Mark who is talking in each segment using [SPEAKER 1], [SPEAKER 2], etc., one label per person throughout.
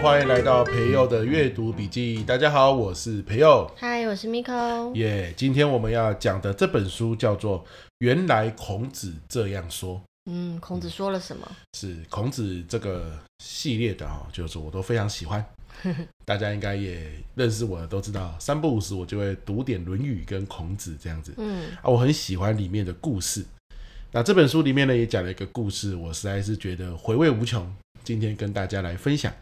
[SPEAKER 1] 欢迎来到培佑的阅读笔记。大家好，我是培佑。
[SPEAKER 2] 嗨，我是 Miko。
[SPEAKER 1] 耶、今天我们要讲的这本书叫做《原来孔子这样说》，
[SPEAKER 2] 嗯，孔子说了什么？
[SPEAKER 1] 是孔子这个系列的哈、哦，就是我都非常喜欢。大家应该也认识我的都知道，三不五时我就会读点《论语》跟孔子这样子。
[SPEAKER 2] 嗯
[SPEAKER 1] 啊，我很喜欢里面的故事。那这本书里面呢，也讲了一个故事，我实在是觉得回味无穷。今天跟大家来分享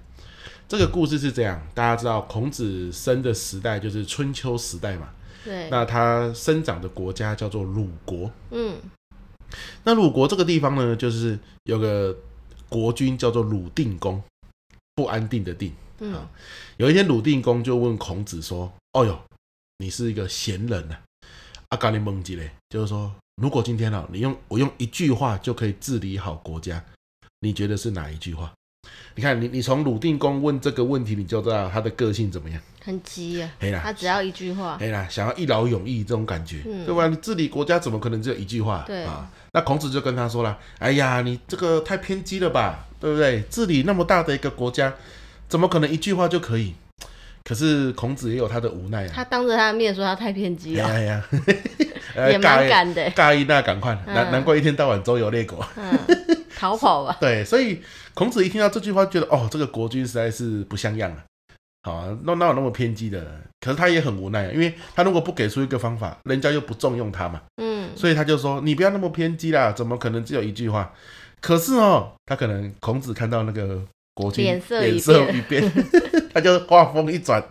[SPEAKER 1] 这个故事是这样：大家知道孔子生的时代就是春秋时代嘛，
[SPEAKER 2] 对，
[SPEAKER 1] 那他生长的国家叫做鲁国。
[SPEAKER 2] 嗯
[SPEAKER 1] 那鲁国这个地方呢，就是有个国君叫做鲁定公，不安定的定。
[SPEAKER 2] 嗯
[SPEAKER 1] 好，有一天，鲁定公就问孔子说：“哦呦，你是一个贤人呐、啊，阿嘎你蒙吉嘞，就是说，如果今天啊，你用我用一句话就可以治理好国家，你觉得是哪一句话？你看，你你从鲁定公问这个问题，你就知道他的个性怎么样。
[SPEAKER 2] 很急呀、
[SPEAKER 1] 嘿啦，
[SPEAKER 2] 他只要一句话，
[SPEAKER 1] 哎啦，想要一劳永逸这种感觉，
[SPEAKER 2] 嗯
[SPEAKER 1] 对吧？你治理国家怎么可能只有一句话？
[SPEAKER 2] 对
[SPEAKER 1] 啊，那孔子就跟他说了：“哎呀，你这个太偏激了吧，对不对？治理那么大的一个国家，怎么可能一句话就可以？”可是孔子也有他的无奈
[SPEAKER 2] 他
[SPEAKER 1] 啊，
[SPEAKER 2] 当着他的面说他太偏激了，
[SPEAKER 1] 哎呀，
[SPEAKER 2] 也蛮 敢的。
[SPEAKER 1] 尬一那赶快，难
[SPEAKER 2] 嗯
[SPEAKER 1] 难怪一天到晚周游列国。
[SPEAKER 2] 嗯，逃跑吧。
[SPEAKER 1] 对，所以孔子一听到这句话，觉得哦，这个国君实在是不像样啊。好啊，那那有那么偏激的人？可是他也很无奈啊，因为他如果不给出一个方法，人家又不重用他嘛，
[SPEAKER 2] 嗯，
[SPEAKER 1] 所以他就说：“你不要那么偏激啦，怎么可能只有一句话？”可是哦，他可能孔子看到那个国君
[SPEAKER 2] 脸色一变
[SPEAKER 1] 一变， 他就话锋一转。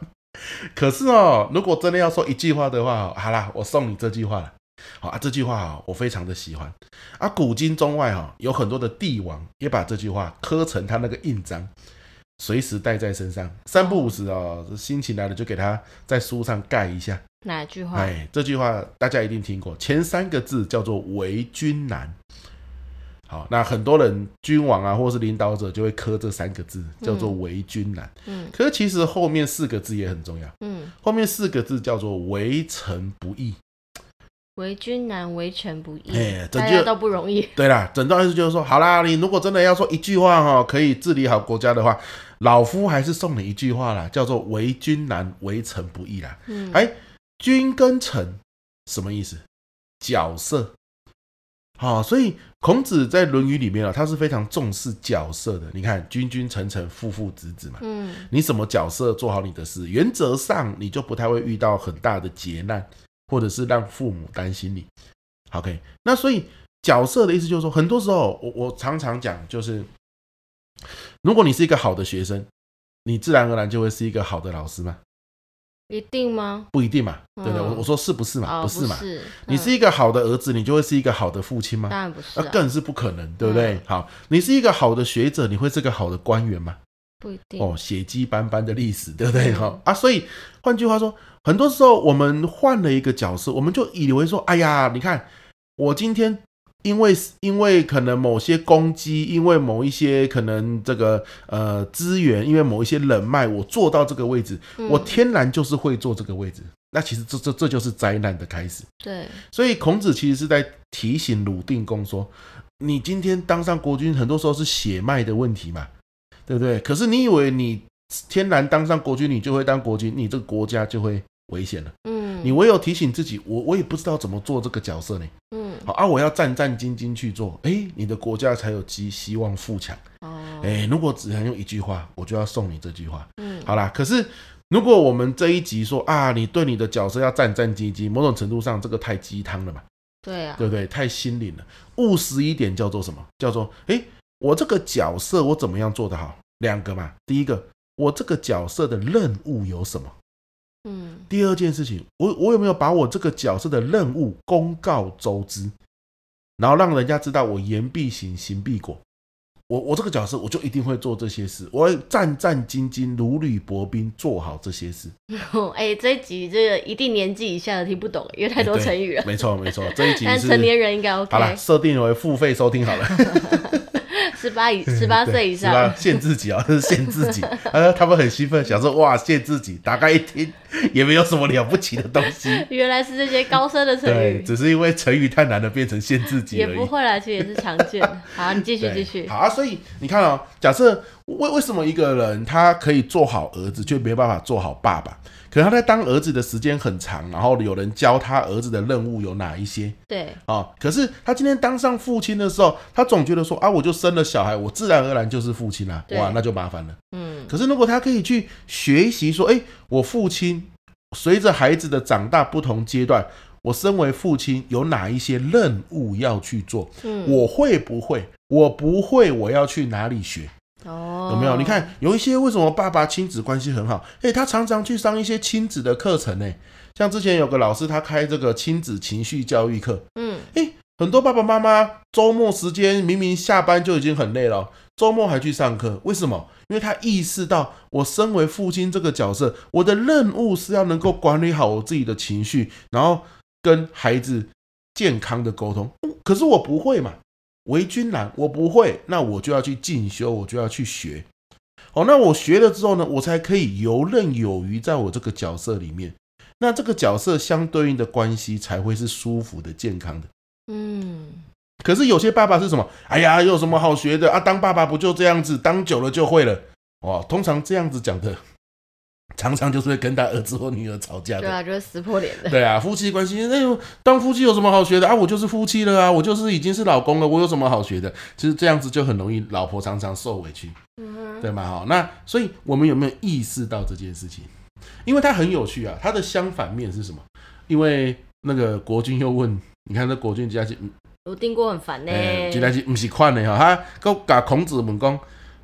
[SPEAKER 1] 可是哦，如果真的要说一句话的话，好啦，我送你这句话了。好啊，这句话啊，我非常的喜欢啊。古今中外啊，有很多的帝王也把这句话刻成他那个印章，随时带在身上，三不五时哦，心情来了就给他在书上盖一下。
[SPEAKER 2] 哪一句话？
[SPEAKER 1] 哎，这句话大家一定听过，前三个字叫做“为君难”。好，那很多人君王啊，或是领导者就会刻这三个字，叫做“为君难”
[SPEAKER 2] 嗯
[SPEAKER 1] 可是其实后面四个字也很重要，
[SPEAKER 2] 嗯，
[SPEAKER 1] 后面四个字叫做“为臣不义
[SPEAKER 2] 为君难，为臣不易，
[SPEAKER 1] 哎这就
[SPEAKER 2] 大家都不容易”。。
[SPEAKER 1] 对啦，整段意思就是说，好啦，你如果真的要说一句话哈、哦，可以治理好国家的话，老夫还是送你一句话啦，叫做“为君难，为臣不义”啦。
[SPEAKER 2] 嗯，
[SPEAKER 1] 哎君跟臣什么意思？角色。好、所以孔子在《论语》里面啊，他是非常重视角色的。你看，君君臣臣，父父子子嘛。
[SPEAKER 2] 嗯
[SPEAKER 1] 你什么角色做好你的事，原则上你就不太会遇到很大的劫难，或者是让父母担心你。OK，那所以角色的意思就是说，很多时候我我常常讲，就是如果你是一个好的学生，你自然而然就会是一个好的老师嘛。
[SPEAKER 2] 一定吗？
[SPEAKER 1] 不一定嘛，对不对？
[SPEAKER 2] 嗯
[SPEAKER 1] 我我说是不是嘛？
[SPEAKER 2] 哦，
[SPEAKER 1] 不
[SPEAKER 2] 是
[SPEAKER 1] 是嘛？
[SPEAKER 2] 是
[SPEAKER 1] 你是一个好的儿子，你就会是一个好的父亲吗
[SPEAKER 2] 当？然不是
[SPEAKER 1] 那
[SPEAKER 2] 啊，
[SPEAKER 1] 更是不可能，对不对？
[SPEAKER 2] 嗯
[SPEAKER 1] 好，你是一个好的学者，你会是个好的官员吗？
[SPEAKER 2] 不一定。
[SPEAKER 1] 哦，血迹斑斑的历史，对不对？
[SPEAKER 2] 嗯
[SPEAKER 1] 哈、啊，所以换句话说，很多时候我们换了一个角色，我们就以为说，哎呀，你看我今天因为因为可能某些攻击，因为某一些可能这个呃资源，因为某一些人脉，我做到这个位置，
[SPEAKER 2] 嗯
[SPEAKER 1] 我天然就是会坐这个位置。那其实这这这就是灾难的开始。
[SPEAKER 2] 对，
[SPEAKER 1] 所以孔子其实是在提醒鲁定公说：“你今天当上国君，很多时候是血脉的问题嘛，对不对？可是你以为你天然当上国君，你就会当国君，你这个国家就会危险了。
[SPEAKER 2] 嗯，
[SPEAKER 1] 你唯有提醒自己，我我也不知道怎么做这个角色呢。
[SPEAKER 2] 嗯
[SPEAKER 1] 好啊，我要战战兢兢去做，诶，你的国家才有希希望富强。
[SPEAKER 2] 哦，
[SPEAKER 1] 诶，如果只能用一句话，我就要送你这句话。
[SPEAKER 2] 嗯，
[SPEAKER 1] 哎好啦，可是如果我们这一集说啊，你对你的角色要战战兢兢，某种程度上这个太鸡汤了嘛，
[SPEAKER 2] 对啊，
[SPEAKER 1] 对不对？太心灵了。务实一点叫做什么？叫做诶，我这个角色我怎么样做得好？两个嘛，第一个，我这个角色的任务有什么？
[SPEAKER 2] 嗯
[SPEAKER 1] 第二件事情，我我有没有把我这个角色的任务公告周知，然后让人家知道我言必行，行必果。我我这个角色，我就一定会做这些事，我会战战兢兢、如履薄冰做好这些事。
[SPEAKER 2] 哦， 哎、这一集这个一定年纪以下的听不懂，因为太多
[SPEAKER 1] 哎对
[SPEAKER 2] 成语 了。
[SPEAKER 1] 没错没错，这一集
[SPEAKER 2] 但
[SPEAKER 1] 是
[SPEAKER 2] 成年人应该
[SPEAKER 1] 好了，
[SPEAKER 2] OK，
[SPEAKER 1] 设定为付费收听好了。
[SPEAKER 2] 十八以 十八岁以
[SPEAKER 1] 是吧
[SPEAKER 2] 上，。
[SPEAKER 1] 限制级啊， 这是限制级。呃，他们很兴奋，想说哇，限制级，大概一听也没有什么了不起的东西
[SPEAKER 2] 原来是这些高深的成
[SPEAKER 1] 对，
[SPEAKER 2] 语，
[SPEAKER 1] 只是因为成语太难了，变成限制级
[SPEAKER 2] 也
[SPEAKER 1] 而
[SPEAKER 2] 不
[SPEAKER 1] 已。
[SPEAKER 2] 会啦，其实也是常见的。好，你继续
[SPEAKER 1] 对
[SPEAKER 2] 继续
[SPEAKER 1] 好。啊，所以你看哦，假设为为什么一个人他可以做好儿子，却没办法做好爸爸？可能他在当儿子的时间很长，然后有人教他儿子的任务有哪一些
[SPEAKER 2] 对，
[SPEAKER 1] 啊、可是他今天当上父亲的时候，他总觉得说啊，我就生了小孩，我自然而然就是父亲啦、
[SPEAKER 2] 对
[SPEAKER 1] 哇，那就麻烦了。
[SPEAKER 2] 嗯，
[SPEAKER 1] 可是如果他可以去学习说，哎，我父亲随着孩子的长大不同阶段，我身为父亲有哪一些任务要去做？
[SPEAKER 2] 嗯
[SPEAKER 1] 我会不会？我不会，我要去哪里学？
[SPEAKER 2] 哦，
[SPEAKER 1] 有没有？你看，有一些为什么爸爸亲子关系很好？哎，他常常去上一些亲子的课程呢。像之前有个老师，他开这个亲子情绪教育课，
[SPEAKER 2] 嗯，
[SPEAKER 1] 很多爸爸妈妈周末时间明明下班就已经很累了，周末还去上课，为什么？因为他意识到，我身为父亲这个角色，我的任务是要能够管理好我自己的情绪，然后跟孩子健康的沟通。嗯可是我不会嘛，为君然，我不会，那我就要去进修，我就要去学。哦，那我学了之后呢，我才可以游刃有余在我这个角色里面。那这个角色相对应的关系才会是舒服的、健康的。
[SPEAKER 2] 嗯，
[SPEAKER 1] 可是有些爸爸是什么？哎呀，有什么好学的啊？当爸爸不就这样子，当久了就会了。哦，通常这样子讲的，常常就是会跟他儿子或女儿吵架
[SPEAKER 2] 对
[SPEAKER 1] 的。
[SPEAKER 2] 啊，就是撕破脸的，
[SPEAKER 1] 对啊，夫妻关系，那、呦，当夫妻有什么好学的啊？我就是夫妻了啊，我就是已经是老公了，我有什么好学的？其实这样子就很容易，老婆常常受委屈，
[SPEAKER 2] 嗯
[SPEAKER 1] 对吗？哈，那所以我们有没有意识到这件事情？因为它很有趣啊，它的相反面是什么？因为那个国军又问，你看那国军家是
[SPEAKER 2] 我订过很烦呢，
[SPEAKER 1] 哎，居然是不是款的哈？他跟甲孔子问讲，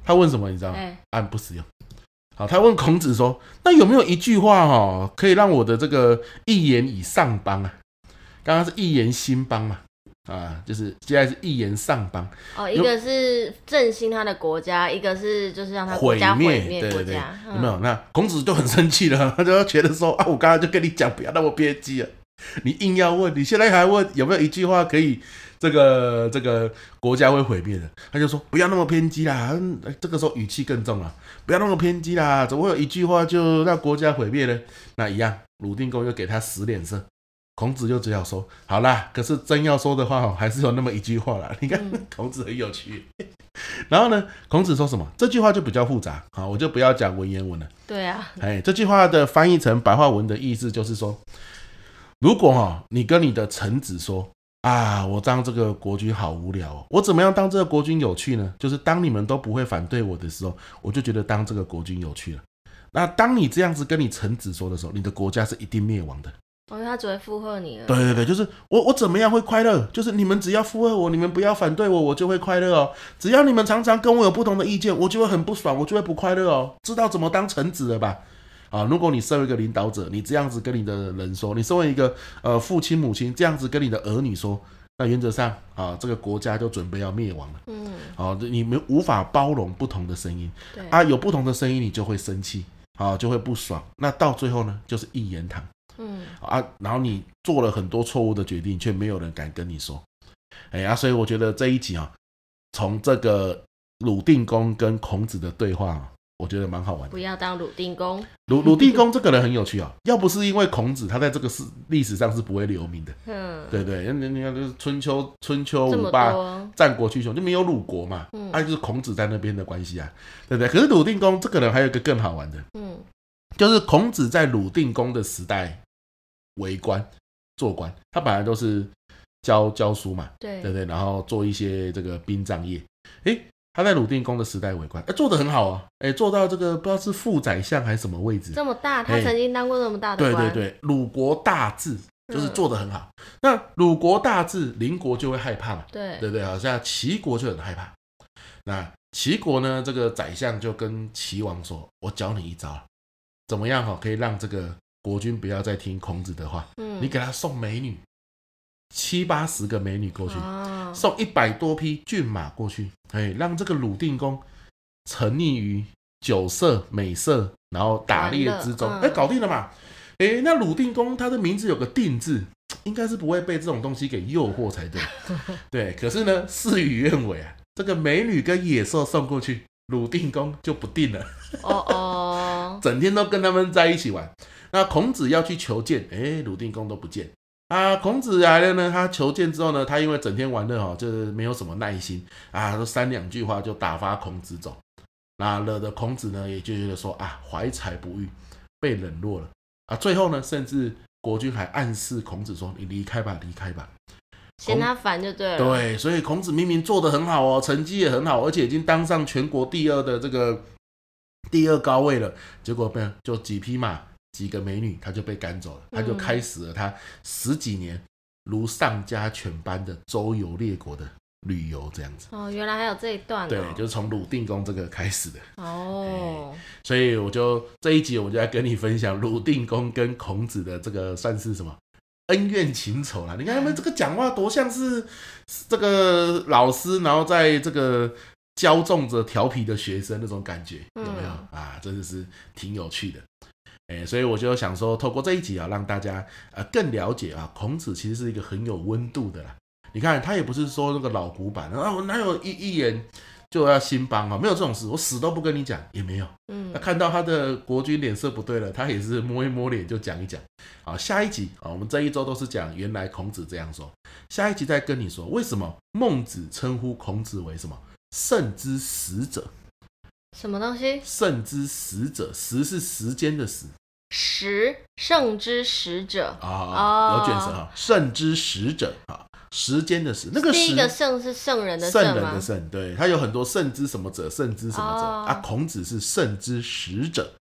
[SPEAKER 1] 他问什么你知道吗？
[SPEAKER 2] 哎，
[SPEAKER 1] 按不实用。好，他问孔子说：“那有没有一句话哦，可以让我的这个一言以上邦啊？刚刚是一言兴邦嘛，啊，就是接下来是一言上邦，
[SPEAKER 2] 哦，一个是振兴他的国家，一个是就是让他国
[SPEAKER 1] 毁
[SPEAKER 2] 家
[SPEAKER 1] 灭，
[SPEAKER 2] 毁
[SPEAKER 1] 对
[SPEAKER 2] 灭
[SPEAKER 1] 对
[SPEAKER 2] 国
[SPEAKER 1] 对
[SPEAKER 2] 家，，嗯
[SPEAKER 1] 有没有？那孔子就很生气了， 他就觉得说：啊，我刚刚就跟你讲，不要那么偏激了，你硬要问，你现在还问有没有一句话可以这个这个国家会毁灭的？他就说不要那么偏激啦，嗯这个时候语气更重了，啊不要那么偏激啦，怎么会有一句话就让国家毁灭呢？那一样，鲁定公又给他使脸色。孔子就只好说：“好啦，可是真要说的话哦，还是有那么一句话啦。你看，
[SPEAKER 2] 嗯
[SPEAKER 1] 孔子很有趣。 然后呢，孔子说什么？这句话就比较复杂啊，我就不要讲文言文了。
[SPEAKER 2] 对啊，
[SPEAKER 1] 哎，这句话的翻译成白话文的意思就是说，如果哈、你跟你的臣子说啊，我当这个国君好无聊哦，我怎么样当这个国君有趣呢？就是当你们都不会反对我的时候，我就觉得当这个国君有趣了。那当你这样子跟你臣子说的时候，你的国家是一定灭亡的。
[SPEAKER 2] 我觉哦得他只会附和你了，
[SPEAKER 1] 对对对，就是我我怎么样会快乐？就是你们只要附和我，你们不要反对我，我就会快乐哦。只要你们常常跟我有不同的意见，我就会很不爽，我就会不快乐哦。知道怎么当臣子了吧？啊，如果你身为一个领导者，你这样子跟你的人说，你身为一个呃父亲母亲这样子跟你的儿女说，那原则上啊，这个国家就准备要灭亡了。
[SPEAKER 2] 嗯，
[SPEAKER 1] 啊，你们无法包容不同的声音
[SPEAKER 2] 对，
[SPEAKER 1] 啊，有不同的声音你就会生气啊，就会不爽。那到最后呢，就是一言堂。
[SPEAKER 2] 嗯，
[SPEAKER 1] 啊，然后你做了很多错误的决定，却没有人敢跟你说。哎呀、啊所以我觉得这一集啊，从这个鲁定公跟孔子的对话、啊，我觉得蛮好玩
[SPEAKER 2] 不
[SPEAKER 1] 的。
[SPEAKER 2] 要当鲁定公，
[SPEAKER 1] 鲁鲁定公这个人很有趣啊，要不是因为孔子，他在这个史历史上是不会留名的。
[SPEAKER 2] 嗯，
[SPEAKER 1] 对对，你你看，就是春秋春秋
[SPEAKER 2] 这
[SPEAKER 1] 五
[SPEAKER 2] 么
[SPEAKER 1] 霸
[SPEAKER 2] 多，
[SPEAKER 1] 战国屈雄就没有鲁国嘛，
[SPEAKER 2] 嗯
[SPEAKER 1] 啊，就是孔子在那边的关系啊，对不对？可是鲁定公这个人还有一个更好玩的，
[SPEAKER 2] 嗯，
[SPEAKER 1] 就是孔子在鲁定公的时代为官做官，他本来都是教教书嘛，
[SPEAKER 2] 对
[SPEAKER 1] 对不，对？然后做一些这个殡葬业，诶，他在鲁定公的时代为官，哎，做得很好啊，哎，做到这个不知道是副宰相还是什么位置，
[SPEAKER 2] 这么大，他
[SPEAKER 1] 哎
[SPEAKER 2] 曾经当过这么大的
[SPEAKER 1] 对对
[SPEAKER 2] 官，
[SPEAKER 1] 对，鲁国大治就是做得很好。那鲁国大治，邻国就会害怕嘛，
[SPEAKER 2] 对
[SPEAKER 1] 对不对？好像齐国就很害怕。那齐国呢，这个宰相就跟齐王说：“我教你一招，怎么样哈、可以让这个国君不要再听孔子的话？
[SPEAKER 2] 嗯，
[SPEAKER 1] 你给他送美女，七八十个美女过去，
[SPEAKER 2] 哦，
[SPEAKER 1] 送一百多匹骏马过去，哎，让这个鲁定公沉溺于酒色美色，然后打猎之中
[SPEAKER 2] 玩，乐
[SPEAKER 1] 哎、
[SPEAKER 2] 嗯
[SPEAKER 1] 搞定了嘛。哎，那鲁定公他的名字有个定字，应该是不会被这种东西给诱惑才 对。对，可是呢，事与愿违啊，这个美女跟野兽送过去，鲁定公就不定了。
[SPEAKER 2] 哦哦，
[SPEAKER 1] 整天都跟他们在一起玩。那孔子要去求见，哎，鲁定公都不见。啊，孔子来了呢，他求见之后呢，他因为整天玩乐哦，就是没有什么耐心啊，都三两句话就打发孔子走。那惹得孔子呢也就觉得说啊怀才不遇，被冷落了啊。最后呢，甚至国君还暗示孔子说：“你离开吧，离开吧。”
[SPEAKER 2] 嫌他烦就对了。，
[SPEAKER 1] 对，所以孔子明明做得很好哦，成绩也很好，而且已经当上全国第二的这个第二高位了，结果被就几匹马、几个美女，他就被赶走了，他就
[SPEAKER 2] 嗯
[SPEAKER 1] 开始了他十几年如上家犬般的周游列国的旅游这样子。
[SPEAKER 2] 哦，原来还有这一段、哦。
[SPEAKER 1] 对，就是哎从鲁定公这个开始的，
[SPEAKER 2] 哦，
[SPEAKER 1] 所以我就这一集我就来跟你分享鲁定公跟孔子的这个算是什么恩怨情仇啦。你看他们这个讲话多像是这个老师，然后在这个骄纵着调皮的学生那种感觉，有没有、啊？真的是挺有趣的。哎、所以我就想说，透过这一集啊，让大家呃更了解啊，孔子其实是一个很有温度的啦。你看，他也不是说那个老古板啊，我哪有一一言就要兴邦啊，没有这种事，我死都不跟你讲，也没有。那
[SPEAKER 2] 嗯，
[SPEAKER 1] 看到他的国君脸色不对了，他也是摸一摸脸就讲一讲。好，下一集啊，我们这一周都是讲原来孔子这样说，下一集再跟你说为什么孟子称呼孔子为什么圣之使者，
[SPEAKER 2] 什么东西？
[SPEAKER 1] 圣之使者，时是时间的时
[SPEAKER 2] 十圣之使者，
[SPEAKER 1] 啊，
[SPEAKER 2] 哦
[SPEAKER 1] 有卷舌啊，圣之使者啊，时间的时，那个
[SPEAKER 2] 第
[SPEAKER 1] 时
[SPEAKER 2] 一个圣是圣人的
[SPEAKER 1] 圣人
[SPEAKER 2] 吗？
[SPEAKER 1] 的圣，对他有很多圣之什么者，圣之什么者、
[SPEAKER 2] 哦
[SPEAKER 1] 啊。孔子是圣之使者，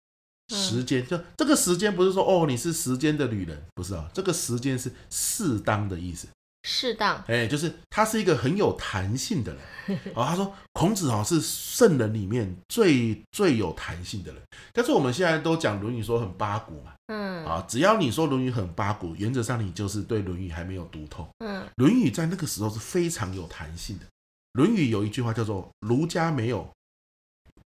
[SPEAKER 2] 嗯
[SPEAKER 1] 时间就这个时间不是说哦你是时间的旅人，不是啊，这个时间是适当的意思，
[SPEAKER 2] 适当。
[SPEAKER 1] 哎，就是他是一个很有弹性的人。哦，他说孔子哦是圣人里面最最有弹性的人，但是我们现在都讲《论语》说很八股嘛，
[SPEAKER 2] 嗯
[SPEAKER 1] 啊，只要你说《论语》很八股，原则上你就是对《论语》还没有读透。
[SPEAKER 2] 嗯
[SPEAKER 1] 《论语》在那个时候是非常有弹性的，《论语》有一句话叫做“儒家没有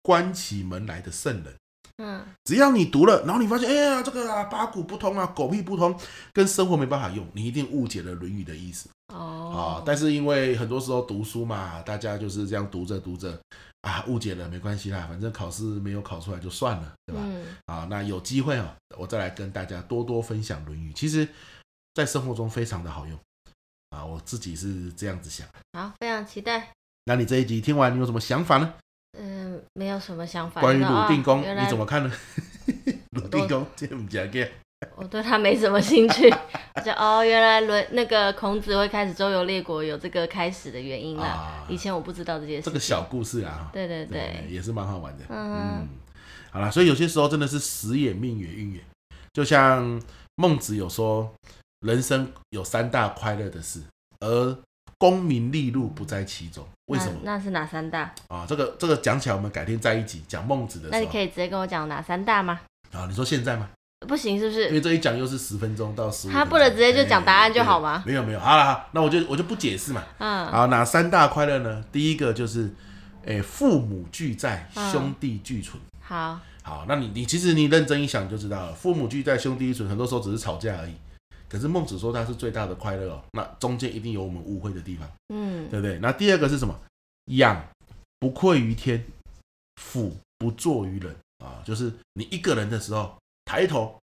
[SPEAKER 1] 关起门来的圣人”，
[SPEAKER 2] 嗯
[SPEAKER 1] 只要你读了，然后你发现，哎呀，这个啊八股不通啊，狗屁不通，跟生活没办法用，你一定误解了《论语》的意思啊、
[SPEAKER 2] 哦，
[SPEAKER 1] 但是因为很多时候读书嘛，大家就是这样读着读着啊，误解了没关系啦，反正考试没有考出来就算了，对吧？
[SPEAKER 2] 嗯
[SPEAKER 1] 啊，那有机会哦，我再来跟大家多多分享《论语》，其实在生活中非常的好用啊，我自己是这样子想。
[SPEAKER 2] 好，非常期待。
[SPEAKER 1] 那你这一集听完，你有什么想法呢？
[SPEAKER 2] 嗯，没有什么想法。
[SPEAKER 1] 关于
[SPEAKER 2] 就是
[SPEAKER 1] 鲁
[SPEAKER 2] 啊
[SPEAKER 1] 定公，
[SPEAKER 2] 原来
[SPEAKER 1] 你怎么看呢？ 鲁定公这不讲个，
[SPEAKER 2] 我对他没什么兴趣。 我就哦，原来伦那个孔子会开始周游列国，有这个开始的原因啦。
[SPEAKER 1] 啊
[SPEAKER 2] 以前我不知道这件事。
[SPEAKER 1] 这个小，故事啊，
[SPEAKER 2] 对对对，
[SPEAKER 1] 也是蛮好玩的。
[SPEAKER 2] 嗯
[SPEAKER 1] 嗯，好啦，所以有些时候真的是时也命也运也，就像孟子有说，人生有三大快乐的事，而功名利禄不在其中。为什么
[SPEAKER 2] 那？那是哪三大？
[SPEAKER 1] 啊？这个这个讲起来，我们改天在一起讲孟子的
[SPEAKER 2] 那
[SPEAKER 1] 时
[SPEAKER 2] 你可
[SPEAKER 1] 候
[SPEAKER 2] 以直接跟我讲哪三大吗？
[SPEAKER 1] 啊，你说现在吗？
[SPEAKER 2] 不行，是不
[SPEAKER 1] 因
[SPEAKER 2] 是？
[SPEAKER 1] 为这一讲又是十分钟到十五，
[SPEAKER 2] 他不能直接就讲答案就好吗
[SPEAKER 1] 哎对没有没有，好了，好那我就我就不解释嘛。
[SPEAKER 2] 嗯，
[SPEAKER 1] 好，哪三大快乐呢？第一个就是，哎，父母俱在，
[SPEAKER 2] 嗯
[SPEAKER 1] 兄弟俱存。
[SPEAKER 2] 好，
[SPEAKER 1] 好，那你你其实你认真一想你就知道了，父母俱在，兄弟俱存，很多时候只是吵架而已。可是孟子说他是最大的快乐哦，那中间一定有我们误会的地方，
[SPEAKER 2] 嗯，
[SPEAKER 1] 对不对？那第二个是什么？仰不愧于天，俯不怍于人啊，就是你一个人的时候，抬头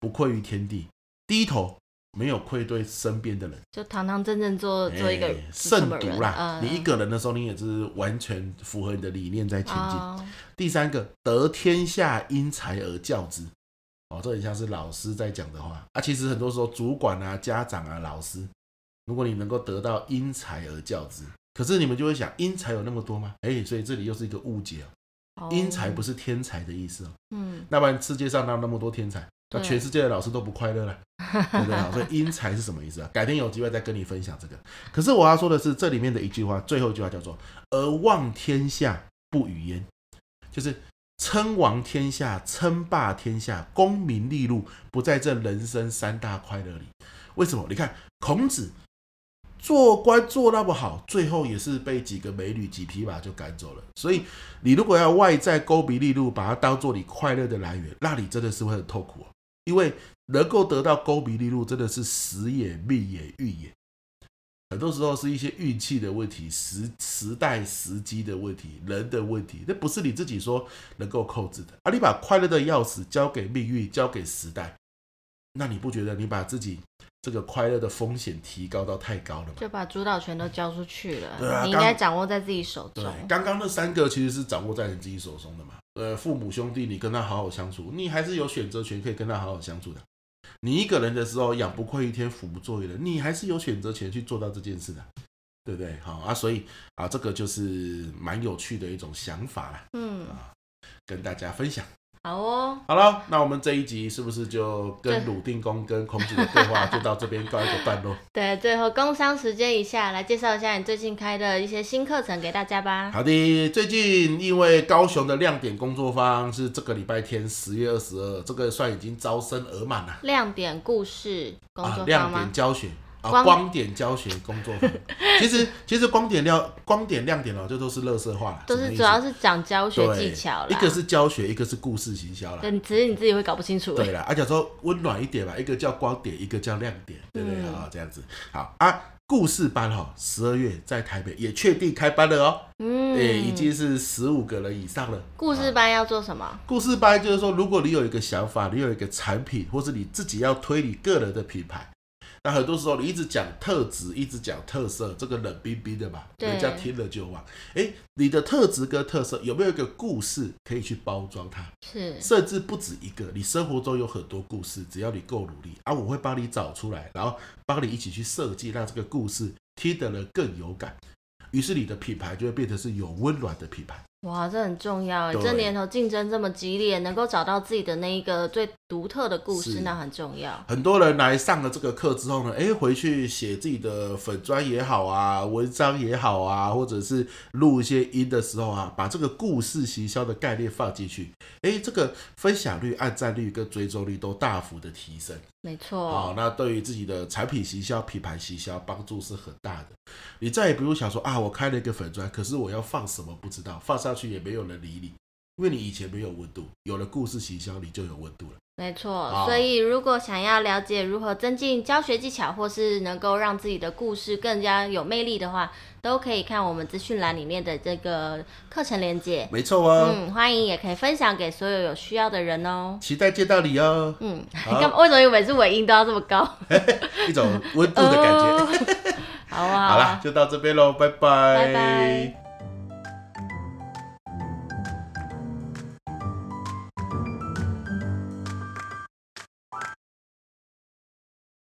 [SPEAKER 1] 不愧于天地，低头没有愧对身边的人。
[SPEAKER 2] 就堂堂正正做做一个
[SPEAKER 1] 哎
[SPEAKER 2] 什
[SPEAKER 1] 慎
[SPEAKER 2] 么人
[SPEAKER 1] 独啦。
[SPEAKER 2] 嗯
[SPEAKER 1] 你一个人的时候，你也是完全符合你的理念在前进。
[SPEAKER 2] 哦
[SPEAKER 1] 第三个，得天下因才而教之。哦，这很像是老师在讲的话啊。其实很多时候，主管啊、家长啊、老师，如果你能够得到因才而教之，可是你们就会想，因才有那么多吗？哎，所以这里又是一个误解哦。
[SPEAKER 2] 哦
[SPEAKER 1] 因才不是天才的意思哦，
[SPEAKER 2] 嗯，
[SPEAKER 1] 那不然世界上哪有那么多天才？那
[SPEAKER 2] 对
[SPEAKER 1] 啊全世界的老师都不快乐了。对不对？好，所以因材是什么意思啊？改天有机会再跟你分享这个。可是我要说的是，这里面的一句话，最后一句话叫做“而望天下不与焉”，就是称王天下、称霸天下、功名利禄不在这人生三大快乐里。为什么？你看孔子做官做那么好，最后也是被几个美女、几匹马就赶走了。所以你如果要外在勾鼻利禄，把它当做你快乐的来源，那你真的是会很痛苦、哦。因为能够得到勾鼻利禄，真的是时也、命也、运也。很多时候是一些运气的问题、时时代、时机的问题、人的问题，那不是你自己说能够控制的。啊而、你把快乐的钥匙交给命运、交给时代，那你不觉得你把自己这个快乐的风险提高到太高了嘛。
[SPEAKER 2] 就把主导权都交出去了，
[SPEAKER 1] 对啊
[SPEAKER 2] 你应
[SPEAKER 1] 刚
[SPEAKER 2] 该掌握在自己手
[SPEAKER 1] 对
[SPEAKER 2] 中。，
[SPEAKER 1] 刚刚那三个其实是掌握在你自己手中的嘛。呃，父母兄弟，你跟他好好相处，你还是有选择权可以跟他好好相处的。你一个人的时候，养不愧一天，福不作一人，你还是有选择权去做到这件事的，对不对？好啊，所以啊，这个就是蛮有趣的一种想法啦，
[SPEAKER 2] 嗯，
[SPEAKER 1] 跟大家分享。
[SPEAKER 2] 好哦，
[SPEAKER 1] 好了，那我们这一集是不是就跟
[SPEAKER 2] 对
[SPEAKER 1] 鲁定公跟孔子的对话就到这边告一个段落？
[SPEAKER 2] 对，最后工商时间一下，来介绍一下你最近开的一些新课程给大家吧。
[SPEAKER 1] 好的，最近因为高雄的亮点工作坊是这个礼拜天十月二十二，这个算已经招生额满了
[SPEAKER 2] 亮点故事工
[SPEAKER 1] 啊
[SPEAKER 2] 作，坊
[SPEAKER 1] 亮
[SPEAKER 2] 吗
[SPEAKER 1] 点？教学。啊、
[SPEAKER 2] 光
[SPEAKER 1] 光点教学工作坊， 其实其实光点亮光点亮点哦，这都是乐色化了，
[SPEAKER 2] 都
[SPEAKER 1] 什
[SPEAKER 2] 是
[SPEAKER 1] 么意思
[SPEAKER 2] 主要是讲教学
[SPEAKER 1] 对
[SPEAKER 2] 技巧啦，
[SPEAKER 1] 一个是教学，一个是故事行销啦。
[SPEAKER 2] 对，只是你自己会搞不清楚。
[SPEAKER 1] 对啦，而且说温暖一点吧，一个叫光点，一个叫亮点，对不对啊、
[SPEAKER 2] 嗯
[SPEAKER 1] 这样子，好啊。故事班哈、哦，十二月在台北也确定开班了哦，
[SPEAKER 2] 嗯，
[SPEAKER 1] 对，已经是十五个人以上了。
[SPEAKER 2] 故事班要做什么？
[SPEAKER 1] 故事班就是说，如果你有一个想法，你有一个产品，或是你自己要推你个人的品牌，那很多时候你一直讲特质，一直讲特色，这个冷冰冰的嘛，
[SPEAKER 2] 对
[SPEAKER 1] 人家听了就忘。哎，你的特质跟特色有没有一个故事可以去包装它？
[SPEAKER 2] 是
[SPEAKER 1] 甚至不止一个，你生活中有很多故事，只要你够努力啊，我会帮你找出来，然后帮你一起去设计，让这个故事听的人更有感。于是你的品牌就会变成是有温暖的品牌。
[SPEAKER 2] 哇，这很重要哎，
[SPEAKER 1] 对
[SPEAKER 2] 这年头竞争这么激烈，能够找到自己的那一个最独特的故
[SPEAKER 1] 是
[SPEAKER 2] 事，那很重要。
[SPEAKER 1] 很多人来上了这个课之后呢，诶，回去写自己的粉砖也好啊，文章也好啊，或者是录一些音的时候啊，把这个故事行销的概念放进去，诶，这个分享率、按赞率跟追踪率都大幅的提升。
[SPEAKER 2] 没
[SPEAKER 1] 哦
[SPEAKER 2] 错，，
[SPEAKER 1] 那对于自己的产品行销、品牌行销帮助是很大的。你再也不用想说啊，我开了一个粉砖，可是我要放什么不知道，放上去也没有人理你，因为你以前没有温度，有了故事行销，你就有温度了。
[SPEAKER 2] 没错。
[SPEAKER 1] 哦
[SPEAKER 2] 所以，如果想要了解如何增进教学技巧，或是能够让自己的故事更加有魅力的话，都可以看我们资讯栏里面的这个课程链接。
[SPEAKER 1] 没错哦，
[SPEAKER 2] 嗯，欢迎也可以分享给所有有需要的人哦。
[SPEAKER 1] 期待见到你哦，
[SPEAKER 2] 嗯，
[SPEAKER 1] 好
[SPEAKER 2] 干嘛？为什么每次尾音都要这么高？
[SPEAKER 1] 一种温度的感觉。
[SPEAKER 2] 哦 好啊，好
[SPEAKER 1] 好啦
[SPEAKER 2] 啊，，
[SPEAKER 1] 就到这边喽，拜拜，
[SPEAKER 2] 拜拜。